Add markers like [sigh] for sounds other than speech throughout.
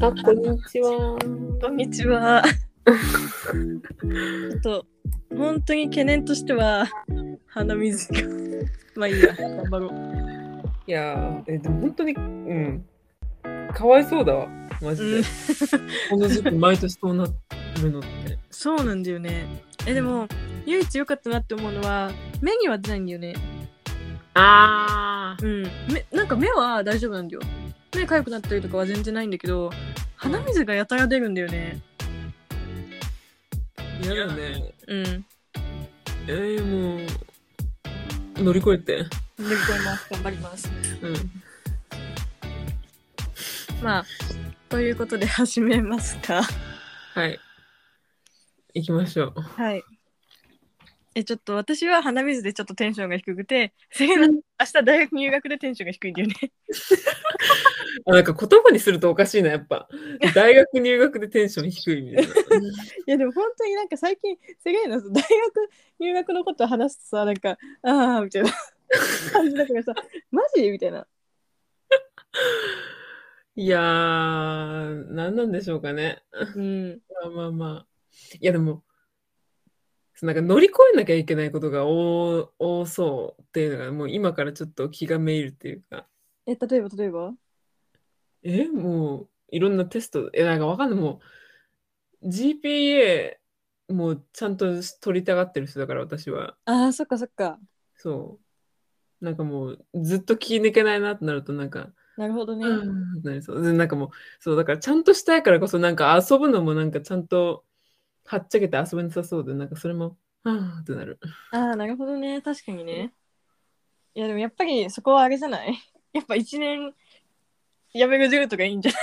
あ、こんにちは。こんにちは。ちょっと、本当に懸念としては、鼻水が。 [laughs] まあいいや、頑張ろう。いやー、え、でも本当に、うん。かわいそうだわ。マジで。うんこの時期、毎年そうなるの [laughs] って。そうなんだよね。え、でも、唯一良かったなって思うのは、目には出ないんだよね。あうん。目なんか目は大丈夫なんだよ。目痒くなったりとかは全然ないんだけど、鼻水がやたら出るんだよね。ー。嫌だね。うん。えー、もう、乗り越えて。乗り越えます。頑張ります。うん。まあ、ということで始めますか。はい。行きましょう。はい。え、ちょっと私は鼻水でちょっとテンションが低くて、せいな明日大学入学でテンションが低いんだよね。あ、なんか言葉にするとおかしいな、やっぱ。大学入学でテンション低いみたいな。 [laughs] いやでも本当になんか最近すげえな大学入学のこと話すとさなんかああみたい [laughs] な感じだからさマジみたいないやー、何なんでしょうかね。うんまあまあまあ。いやでも、なんか乗り越えなきゃいけないことが多多そうっていうのが、もう今からちょっと気がめいるっていうか、え例えば例えばえ、もういろんなテスト、え、なんかわかんない、もう GPA もうちゃんと取りたがってる人だから私は、ああそっかそっかそう。なんかもうずっと気抜けないなってなると、なんか、なるほどね、うんなりそうでなんかもうそうだからちゃんとしたいからこそなんか遊ぶのもなんかちゃんとはっちゃけて遊べなさそうでなんかそれもはあってなる [laughs] ああなるほどね確かにねいやでもやっぱりそこはあれじゃない [laughs] やっぱ一年やめる授業とかいいんじゃな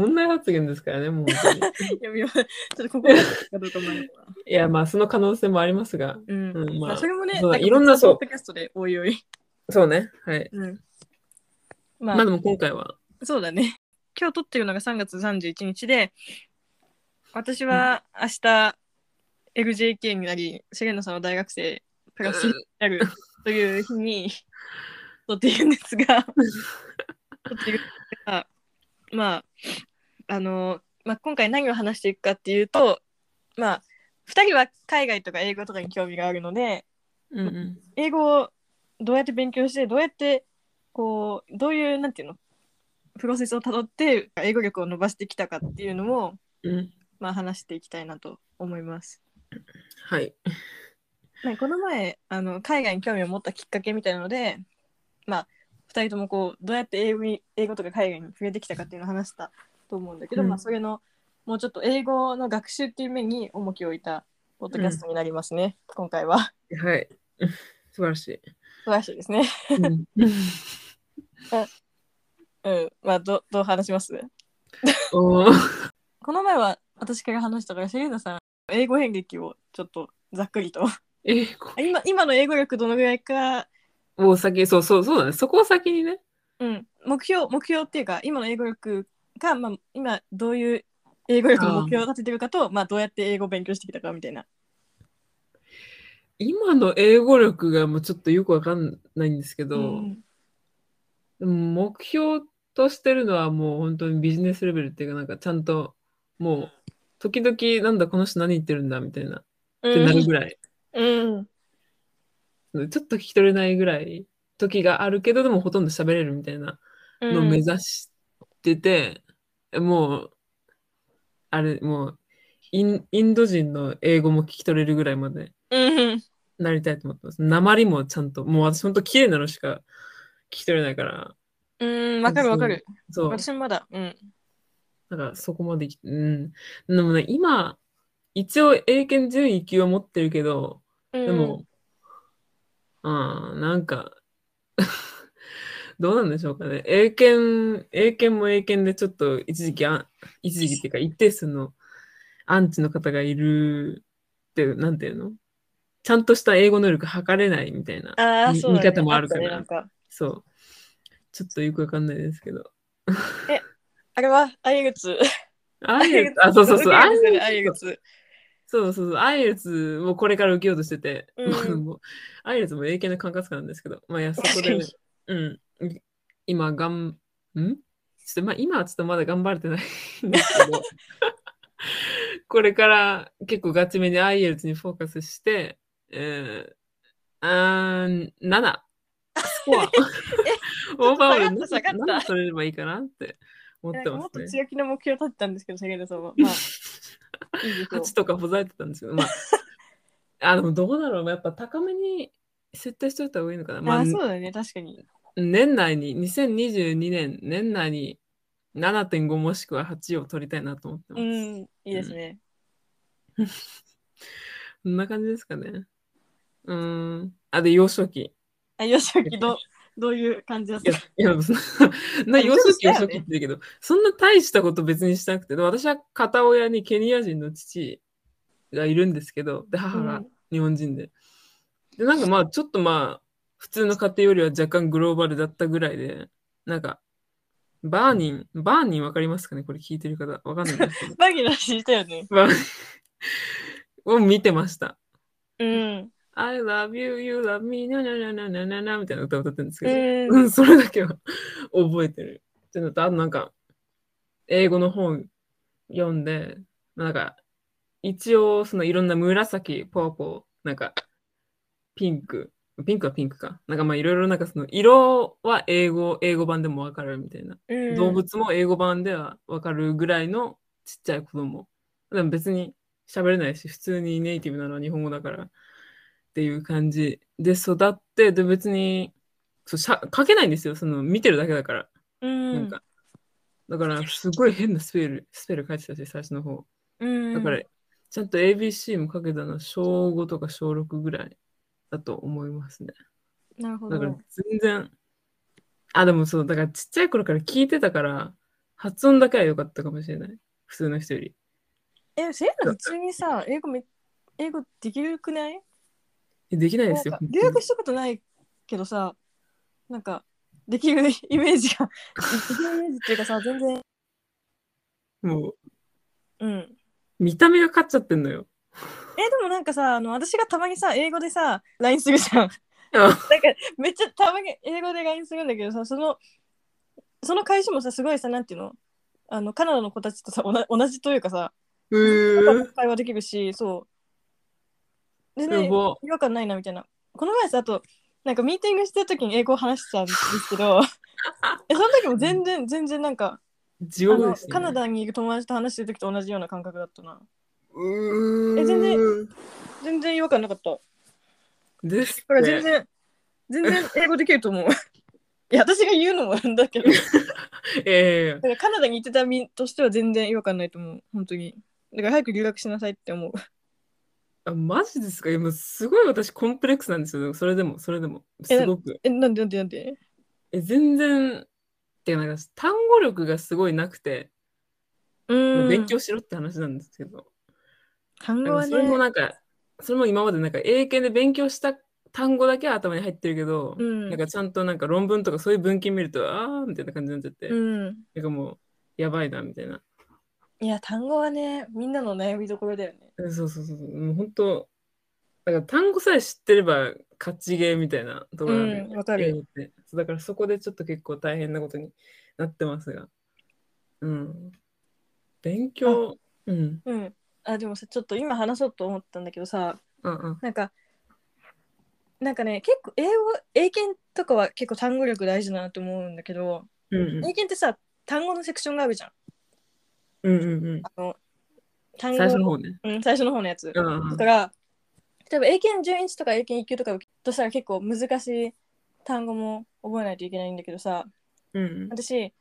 問題発言ですからねもう本当に [laughs] いやめようちょっとここがどうかもいやまあその可能性もありますがうん、うんままああ、それもねそうかいろんなそうポッドキャストでおいおいそうねはいうんままあ、あでも今回はそうだね。今日撮ってるのが3月31日で、私は明日、LJK になり、シェレナさんは大学生、プラスになるという日に撮っているんです [laughs] が、撮っているんですが、まあ、あの、まあ、今回何を話していくかっていうと、まあ、2人は海外とか英語とかに興味があるので、うんうん英語をどうやって勉強してどうやってこうどういうなんていうのプロセスをたどって英語力を伸ばしてきたかっていうのを、うんまあ、話していきたいなと思います。はいなんかこの前あの海外に興味を持ったきっかけみたいなので、まあ、2人ともこうどうやって英語に英語とか海外に触れてきたかっていうのを話したと思うんだけど、うんまあ、それのもうちょっと英語の学習っていう面に重きを置いたポッドキャストになりますね、今回 [laughs] は。はい素晴らしい、素晴らしいですね。うん、うん、まあどどう話しますおーこの前は私から話したからシェリーナさん英語演劇をちょっとざっく [laughs] りとえこ今今の英語力どのぐらいか、もう先そうそうそうだねそこを先にねうん、目標目標っていうか今の英語力が、まあ、今どういう英語力の目標を立ててるかとまあ、どうやって英語を勉強してきたかみたいな今の英語力がもうちょっとよくわかんないんですけど、うんうん目標としてるのはもう本当にビジネスレベルっていうかなんかちゃんともう時々なんだこの人何言ってるんだみたいなってなるぐらい、うんちょっと聞き取れないぐらい時があるけどでもほとんど喋れるみたいなうんのを目指してて、もうあれもうインインド人の英語も聞き取れるぐらいまでうんなりたいと思ってます。鉛もちゃんともう私本当綺麗なのしか聞き取れないからうんわかるわかるそう私もまだうんなんかそこまでき、うん。でもね、今、一応英検準1級は持ってるけど、でも、ああ、なんか、どうなんでしょうかね。英検、英検も英検でちょっと一時期あん、一時期っていうか一定数のアンチの方がいるって、なんていうのちゃんとした英語能力測れないみたいな、ああみそうだね、見方もあるからったねなんかそう。ちょっとよくわかんないですけど。あれはアイエルツああいう、 [laughs] あ、そうそうそう、ああいうアイエルツそうそうそう、アイエルツをこれから受けようとしてて、うんもうアイエルツも英検の管轄下なんですけど、まあ、いやそこ確かでに、うん、今がん、んちょっとまあ今はちょっとまだ頑張れてないんですけ [laughs] ど、これから結構ガチめに IELTS にフォーカスして、えー、あー7。ス [laughs] コア。オーバーオールちょっと下がった下がった7取れればいいかなって思なっんてかもまっとすね。強気な目標立ってたんですけど、セゲル [laughs] さんは。まあ、いいですよ8とかほざいてたんですけ [laughs] ど、まあ、あ、でもどうだろう。やっぱ高めに設定しといた方がいいのかな。まああ、、そうだね、確かに。年内に、2022年、年内に7.5もしくは8を取りたいなと思ってますう。ん、いいですね。こんな感じですかね。うーん。あ、で、幼少期。あ、よしおき、どうどういう感じだっいやた、い [laughs] や、そんな、なあ幼少期、そ幼うだよね少期って言うけど、そんな大したこと別にしたくて、で私は片親にケニア人の父がいるんですけど、で、母うがん。日本人で。で、なんかまあ、ちょっとまあ、普通の家庭よりは若干グローバルだったぐらいで、なんか、バーニン、バーニンわかりますかねこれ聞いてる方、わかんないですけどバギーの話したよね。バーニンを見てました。うん。 I love you, you love me, なななななななみたいな歌を歌ってるんですけど、う。うんん、それだけは覚えてる。っていうのと、あとなんか、英語の本読んで、なんか、一応、そのいろんな紫、ポーポー、なんか、ピンク、ピンクはピンクか。なんかまあいろいろなんかその色は英語、英語版でもわかるみたいな。うん動物も英語版ではわかるぐらいのちっちゃい子供。でも別に喋れないし、普通にネイティブなのは日本語だからっていう感じで育って、で別にそうしゃ書けないんですよ、その見てるだけだから。うん。なんかだからすごい変なスペル、スペル書いてたし、最初の方。うん。だからちゃんと ABC も書けたのは小5とか小6ぐらいだと思いますね。なるほだからど。全然、あ、でもそう、だからちっちゃい頃から聞いてたから、発音だけは良かったかもしれない。普通の人より。え、セイラ普通にさ、英語め英語できるくないえできないでなんすよか。本当留に学したことないけどさ、なんか、できるイメージが、できるイメージっていうかさ、全然、 [laughs] もう、うん。見た目が勝っちゃってんのよ。えでもなんかさあの私がたまにさ英語でさ LINE するじゃんなんかあめっちゃたまに英語で LINE するんだけどさそのその会社もさすごいさなんていうのあのカナダの子たちとさおな同じというかさうー、会話できるしそう全然やば。違和感ないなみたいなこの前さあとなんかミーティングしてる時に英語を話してたんですけどえその時も全然全然なんか地あ獄のでした、ね。カナダにいる友達と話してる時と同じような感覚だったなうーえ全然全然違和感なかったですってだから全然、全然英語できると思う。 [laughs] いや、私が言うのもなんだけど、だかええらカナダに行ってた身としては全然違和感ないと思う、本当に。だから早く留学しなさいって思う。あマジですか今すごい私コンプレックスなんですよ。それでも、それでも。えすごく。え、なんでなんでなんでえ、全然、てかなんか単語力がすごいなくて、うーん。勉強しろって話なんですけど。単なん語かはねそれ。もなんか、それも今までなんか英検で勉強した単語だけは頭に入ってるけど、うんなんかちゃんとなんか論文とかそういう文献見ると、あーみたいな感じになっちゃって、うん。なんかもう、やばいな、みたいな。いや、単語はね、みんなの悩みどころだよね。そうそうそう、もう本当、だから単語さえ知ってれば勝ちゲーみたいなとこうろなんで、ん、わか英る。語ってそうだからそこでちょっと結構大変なことになってますが、うん。勉強、うん、うん。あ、でもさ、ちょっと今話そうと思ったんだけどさ、うんうん、なんか、なんかね、結構英語、英検とかは結構単語力大事だなと思うんだけど、うん英検ってさ、単語のセクションがあるじゃん。うん、うんうんうん、あの、単最語初の方ね。うん、最初の方のやつ。うんうだんから、例えば英検11とか英検1級とかとしたら結構難しい単語も覚えないといけないんだけどさ、うん私、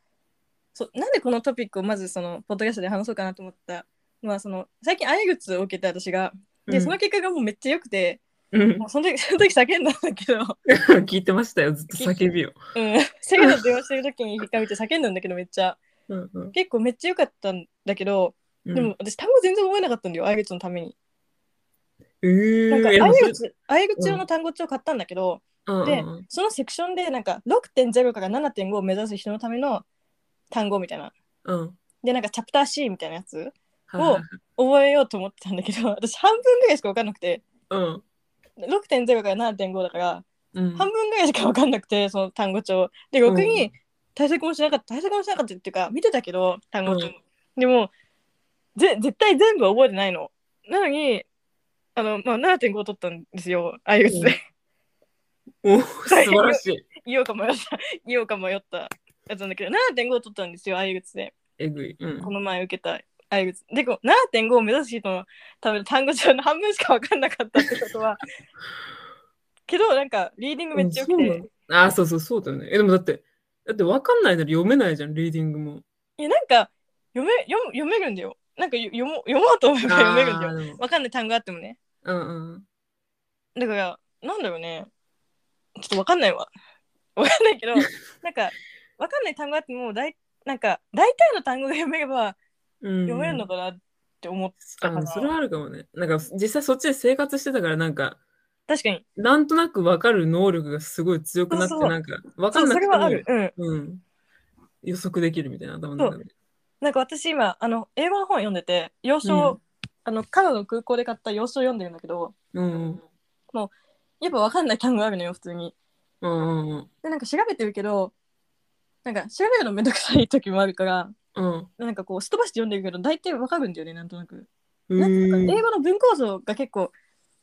そうなんでこのトピックをまずそのポッドキャストで話そうかなと思ったのはその最近 IELTS を受けて私がうん、でその結果がもうめっちゃ良くて、うんもうその時 [laughs] その時叫んだんだけど、聞いてましたよ、ずっと叫びを。うん、セグの電話してる時に引っかみて叫んだんだけどめっちゃうんうん結構めっちゃ良かったんだけど、うんでも、私単語全然覚えなかったんだよ IELTS のために。えー、なんか、いやあでもそゆれ口、あゆ口用の単語帳買ったんだけど、うんでうんうん、そのセクションで、なんか、6.0から7.5を目指す人のための単語みたいな。うんで、なんか、チャプター C みたいなやつ、はいはい覚えようと思ってたんだけど、 [laughs] 私、半分ぐらいしか分かんなくて、はい6.0から7.5だから、うんうん半分ぐらいしか分かんなくて、その単語帳。で、6に、対策もしなかった対策もしなかったっていうか見てたけど単語とうも、でもぜ絶対全部覚えてないのなのにあの、まあ、7.5取ったんですよ IELTS で、お素晴らしい。言おうか迷った [laughs] 言おうか迷ったやつなんだけど7.5取ったんですよ IELTS でえぐい。うんこの前受けた IELTS でこう7.5を目指す人のための単語帳の半分しか分かんなかったってことは [laughs] けどなんかリーディングめっちゃ良くうんて、そうなのあー、そうそう、そうだよね。え、でもだって、だって分かんないなら読めないじゃん、リーディングも。いやなんか読め読む読めるんだよ。なんかよ読もう読もうと思えば読めるんだよ。あーでもわかんない単語あってもね。うんうん。だからなんだろうね。ちょっとわかんないわ。わかんないけどなんかわかんない単語あってもだいなんか大体の単語が読めればうん読めるのかなって思っあたかな。それはあるかもね。なんか実際そっちで生活してたからなんか確かに。なんとなく分かる能力がすごい強くなってそうそうなんか分かそんうなそくれてはあもる。うん。うん、予測できるみたいな頭の中で。なんか私今あの英語の本読んでて洋書を、うあのカナダの空港で買った洋書を読んでるんだけどうんやっぱわかんない単語あるのよ普通に。うんうんうんでなんか調べてるけどなんか調べるのめんどくさい時もあるからうんなんかこうすっ飛ばして読んでるけど大体わかるんだよねなんとなく、うん。なんうとーんなく英語の文構造が結構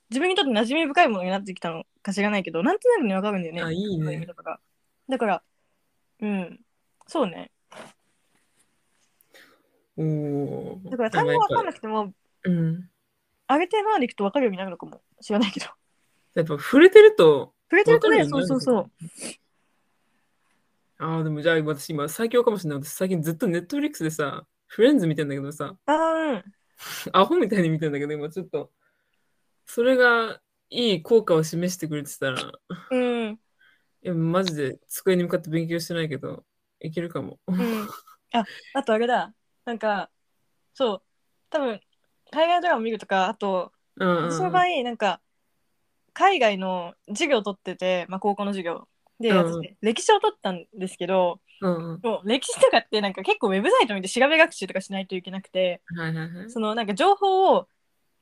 自分にとって馴染み深いものになってきたのか知らないけどなんとなくねわかるんだよねあいいねとかだからうんそうねおーだから単語わかんなくてもうん。ある程度までいくとわかるようになるのかも知らないけど [laughs] やっぱ触れてると、触れてるとねわかそるうよねそうそうああ、でもじゃあ私今最強かもしれない。私最近ずっとネットフリックスでさ、フレンズ見てんだけどさ、 [laughs] あーアホみたいに見てんだけど今ちょっと、それがいい効果を示してくれてたら、うんうんいや、マジで机に向かって勉強してないけど、いけるかも。うん、ああとあれだなんかそう多分海外ドラマ見るとかあとうんうんうん私の場合なんか海外の授業を取ってて、まあ、高校の授業で、うん私歴史を取ったんですけどうんうんもう歴史とかってなんか結構ウェブサイト見て調べ学習とかしないといけなくてはいはいはい。そのなんか情報を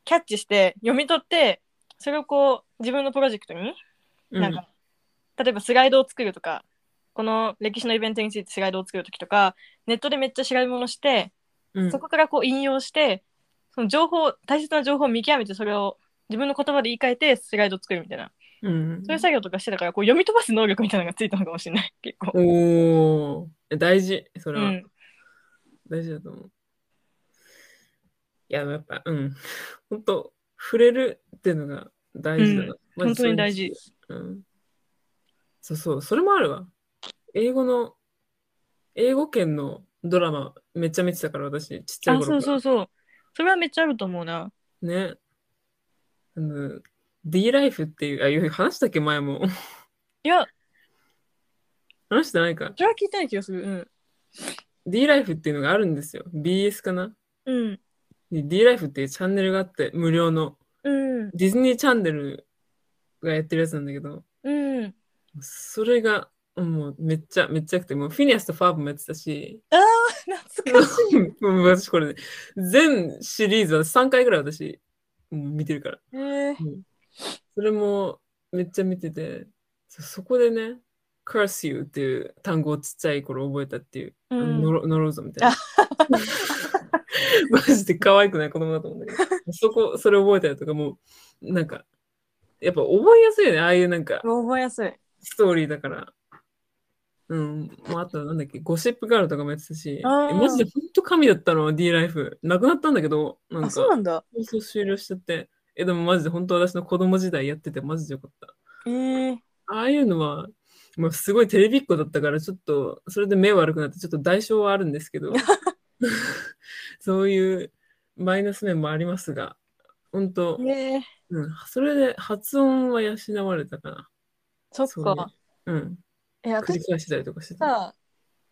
キャッチして読み取ってそれをこう自分のプロジェクトになんか、例えばスライドを作るとかこの歴史のイベントについてスライドを作るときとかネットでめっちゃ調べ物してうん、そこからこう引用してその情報大切な情報を見極めてそれを自分の言葉で言い換えてスライドを作るみたいなうん、そういう作業とかしてたからこう読み飛ばす能力みたいなのがついたのかもしれない結構。おお大事。そうれは、ん、大事だと思う。いや、でもやっぱ、うん。 [laughs] 本当触れるっていうのが大事だな。マ本ジ当に大事。。それうん。そうそう、それもあるわ。英語の、英語圏のドラマめっちゃ見てたから、私、ちっちゃいあ、頃かそうらそうそう。それはめっちゃあると思うな。ね。あの、D ライフっていう、あ、いう話したっけ前も。 [laughs] いや、話してないか。それは聞いたい気がする。 D ライフっていうのがあるんですよ。BS かなうん。で D ライフっていうチャンネルがあって、無料の。うん。ディズニーチャンネルがやってるやつなんだけど、うん。うん。それが、もうめっちゃめっちゃくて、もうフィニアスとファーブもやってたし、懐かしい。 [laughs] もう私これね、全シリーズは3回ぐらい私、もう見てるから。えー、それもめっちゃ見てて、そそこでね、curse you っていう単語をちっちゃい頃覚えたっていう、うんあの呪呪うぞみたい [laughs] な。マジで可愛くない子供だと思うんだけど、そこ、それ覚えたりとかもう、なんか、やっぱ覚えやすいよね、ああいうなんか、覚えやすい。ストーリーだから。うん、もうあとなんだっけ、ゴシップガールとかもやってたし、えあーマジで本当神だったの、D ライフ。なくなったんだけど、なんか、あ、そうなんだ。放送終了しちゃって。え、でもマジで本当私の子供時代やっててマジでよかった。えー、ああいうのは、まあ、すごいテレビっ子だったからちょっと、それで目悪くなってちょっと代償はあるんですけ [laughs] ど、そういうマイナス面もありますが、本当、えー、うん、それで発音は養われたかな。そっそうか。いう。うん。え、繰り私返したりとかしてた。さ、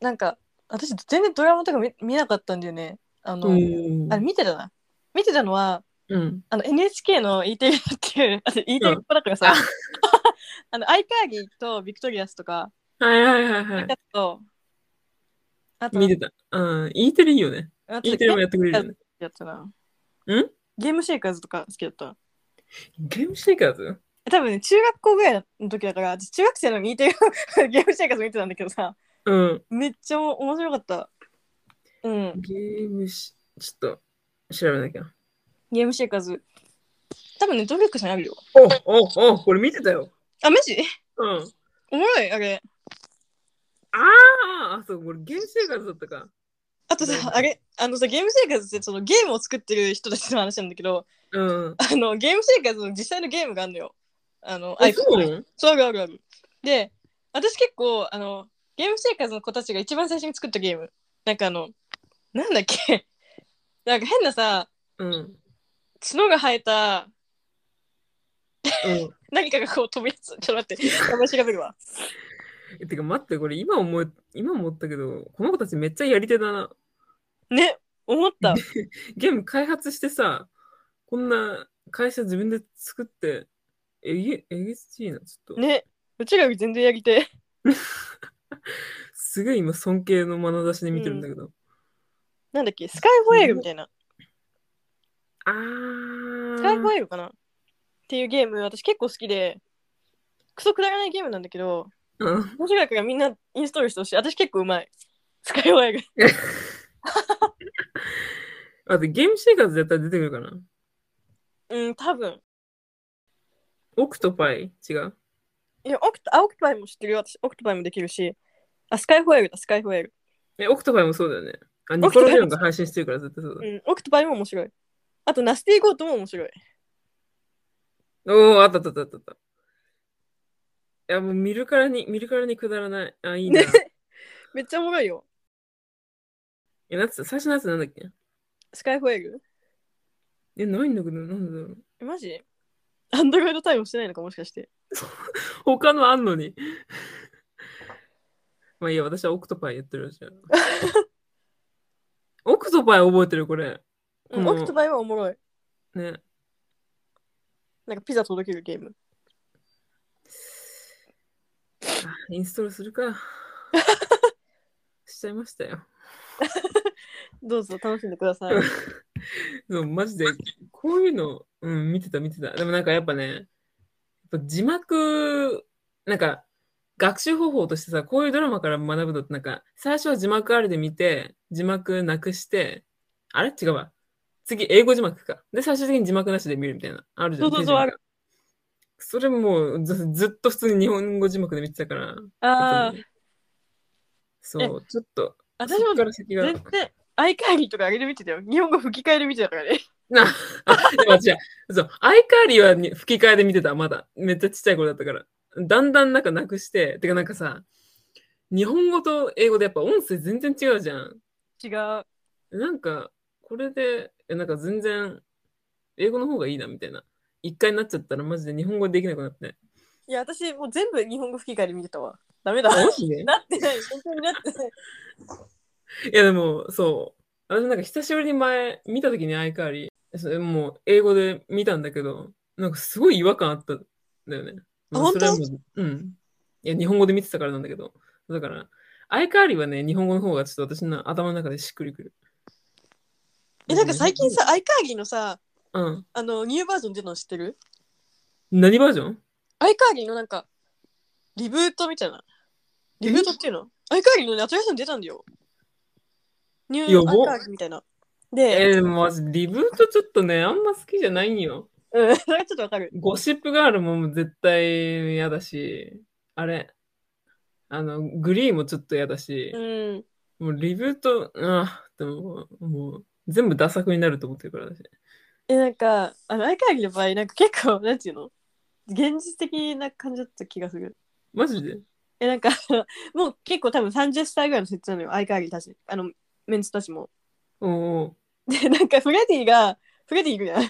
なんか、私全然ドラマとか見見なかったんだよね。あの、うんあれ見てたな。見てたのは、うん。あの NHK の E テレっていう、 [laughs] あれ E テレっ子だかうらんさあ、 [laughs] あの、アイカーギーとビクトリアスとか、はいはいはいはいあ。と、あと、見てた。うん。E テレいいよね。あと E テレもやってくれるよね。やったな。うんゲームシェイカーズとか好きだった。ゲームシェイカーズ多分ね、中学校ぐらいの時だから、私中学生のミーティングゲームシェイカーズ見てたんだけどさ、うん。めっちゃ面白かった。うん。ゲームし、ちょっと、調べなきゃ。ゲームシェイカーズ。多分ね、トリックさんあるよ。おおおこれ見てたよ。あ、マジうん。おもろい、あれ。ああ、あ、そう、これ、ゲーム生活だったか。あとさ、あれ、あのさ、ゲームシェイカーズってそのゲームを作ってる人たちの話なんだけど、 [laughs] うん。あの、ゲームシェイカーズの実際のゲームがあるのよ。あの、あ、そうな iPhone のそうあるあるある。で、私結構、あの、ゲーム生活の子たちが一番最初に作ったゲーム。なんかあの、なんだっけ [laughs] なんか変なさ、うん。うん。角が生えた何かがこう飛ぶやつ。ちょっと待って、名前調べるわ。えてか、待って、これ、今思え、今思ったけど、この子たちめっちゃやり手だな。ね、思った。ゲーム開発してさ、こんな会社自分で作って、えげ、えげつちいな、ちょっと。ね、うちらより全然やりてえ。すごい今、尊敬の眼差しで見てるんだけど。なんだっけスカイホエールみたいな。あスカイホー。エールかなっていうゲーム、私結構好きで、クソくだらないゲームなんだけど、うん。面白いからみんなインストールしてほしい。私結構うまい。スカイホエール。あと、ゲーム生活絶対出てくるかな。うん、多分。オクトパイ違う。いや、オクト、あ、オクトパイも知ってるよ。私、オクトパイもできるし。あ、スカイホエールだ、スカイホエール。え、オクトパイもそうだよね。あ、ニオクコトパイロジオンが配信してるから絶対そうだ。うん、オクトパイも面白い。あと、ナスティーゴートも面白い。おお、あったあったあったあった。いや、もう見るからに、見るからにくだらない。あ、いいな。ねえ、めっちゃおもろいよ。なんつ最初のやつなんだっけスカイホエール。え、ないんだけど、なんだろう。え、マジアンドロイド対応してないのか、もしかして。他のあんのに。 [laughs] まあいいや、私はオクトパイやってるらしい。 [laughs] オクトパイ覚えてる、これ。うん、こオのクトパイはおもろい。ね。なんか、ピザ届けるゲーム。あインストールする [laughs] か。しちゃいましたよ。どうぞ、楽しんでください。そうマジで、こういうの、うん、見てた、見てた。でもなんかやっぱね、やっぱ字幕、なんか、学習方法としてさ、こういうドラマから学ぶのって、なんか、最初は字幕あるで見て、字幕なくして、あれ違うわ。次、英語字幕か。で、最終的に字幕なしで見るみたいな。あるじゃん。そうそうそ手順うがあるそれもうず、ずっと普通に日本語字幕で見てたから。ああ、そう、ちょっと、私そっもから先が。全然、アイカーリーとかあれで見てたよ。日本語吹き替えで見てたからね。な、あ、 [laughs] でも違う。そう、アイカーリーはに吹き替えで見てた、まだ。めっちゃちっちゃい頃だったから。だんだんなんかなくして、てかなんかさ、日本語と英語でやっぱ音声全然違うじゃん。違う。なんか、これで、えなんか全然、英語の方がいいな、みたいな。一回なっちゃったらマジで日本語できなくなって。いや、私、もう全部日本語吹き替えで見てたわ。ダメだ。 [laughs] マジでなってない。本当になってない。いやでも、そう。私なんか久しぶりに前見た時にアイカーリー、それもう英語で見たんだけど、なんかすごい違和感あったんだよね。あ本当それはもううん。いや、日本語で見てたからなんだけど。だから、アイカーリーはね、日本語の方がちょっと私の頭の中でしっくりくる。え、なんか最近さ、アイカーギーのさ、うん。あの、ニューバージョン出たの知ってる何バージョンアイカーギーのなんか、リブートみたいな。リブートっていうのアイカーギーのね、新しいの出たんだよ。ニューやばアイカーギーみたいな。で、えー、でもマジリブートちょっとね、あんま好きじゃないんよ。うん、 [laughs] それはちょっとわかる。ゴシップガールも絶対嫌だし、あれ、あの、グリーもちょっと嫌だし、うん。もうリブート、あーでも、もう、全部ダサ作になると思ってるから、私。え、なんか、あの、アイカーギーの場合、なんか結構、なんていうの現実的な感じだった気がする。マジでえ、なんか、 [laughs] もう結構多分30歳ぐらいの設置なのよ、アイカーギーたち。あの、メンツたちも。おおで、なんか、フレディが、フレディいるやん。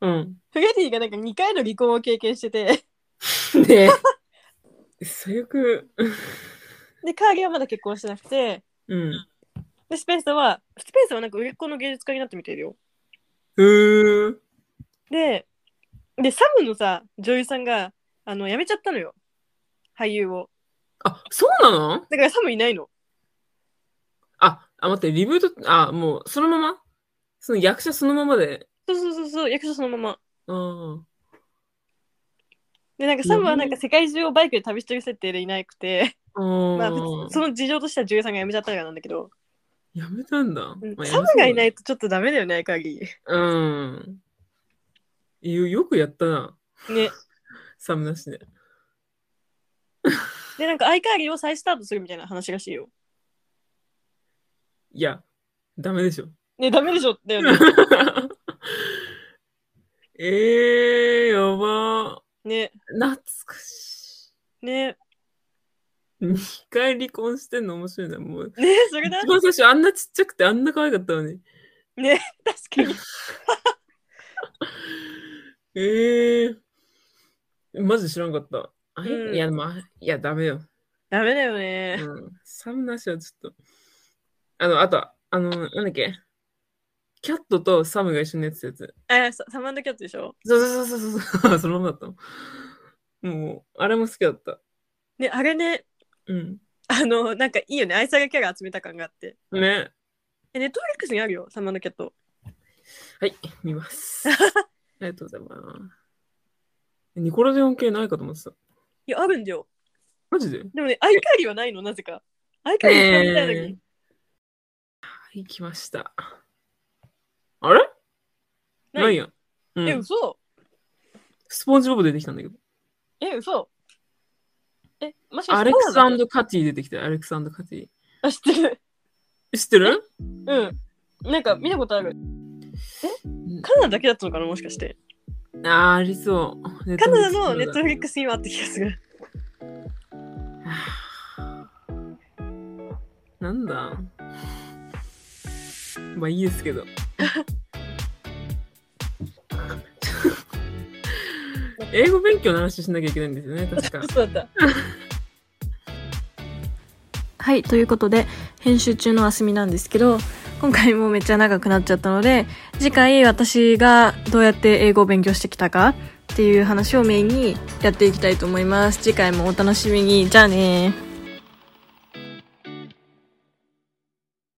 うん。フレディがなんか2回の離婚を経験してて、ねえ。 [laughs] 最悪。で、カーギーはまだ結婚してなくて、うん。で、スペンサーは、スペンサーはなんか売れっ子の芸術家になってみてるよ。うーん。で、で、サムのさ、女優さんが、あの、辞めちゃったのよ。俳優を。あ、そうなのだからサムいないの。あ、あ、待って、リブート、あ、もう、そのままその役者そのままで。そうそうそうそう、役所そのまま。うん。で、なんかサムはなんか世界中をバイクで旅してる設定でいなくて、あうんまあ、普通その事情としては女優さんが辞めちゃったからなんだけど、やめたんだ。うんまあサムがいな。やめいとちょっとダメだよね、相変わそうだうん。よよくやったな。り。ね。サムなしで。で、なんか相変わりを再スタートするみたいな話らしいよ。いや、ダメでしょ。ね、ダメでしょだよね。 [laughs] ええー、やば。ね、懐かしね、い。2回離婚してんの面白いな。もう、ね、それだ [laughs] 一。番最初あんなちっちゃくてあんな可愛かったのに。ね、確かに。ええー。マジで知らんかった。あれうんいや、まあ、いや、ダメよ。ダメだよね。うん。サムなしはちょっと。あの、あと、あの、なんだっけキャットとサムが一緒にやってたやつ。え、ササマンダキャットでしょそうそうそうそうそう。 [laughs] そのままだったの。もう、あれも好きだった。ね、あれね、うん。あの、なんかいいよね。愛されキャラ集めた感があって。ね。え、ネットフリックスにあるよ、サマンダキャット。はい、見ます。ありがとうございます。ニコラジオン系ないかと思ってた。いや、あるんだよ。マジででもね、相変わりはないの、なぜか。相変わりみたいなのに。はい、来ました。あれないないやん。うえ、ん、嘘スポンジボブ出てきたんだけど。え、嘘え、もしかしてアレクスそうなのカティ出てきた。アレクスカテあ、知ってる。ィ。知ってるうん。なんか見たことある。んえカナダだけだったのかな、もしかして。あー、ありそう。カナダのネットフリックス。スにはあった気がする。はあ [sighs] なんだまあいいですけど。英語勉強の話しなきゃいけないんですよね、確か。 [laughs] そうだっ [laughs] はい、ということで、編集中のあすみなんですけど、今回もめっちゃ長くなっちゃったので、次回私がどうやって英語を勉強してきたかっていう話をメインにやっていきたいと思います。次回もお楽しみに。じゃあねー。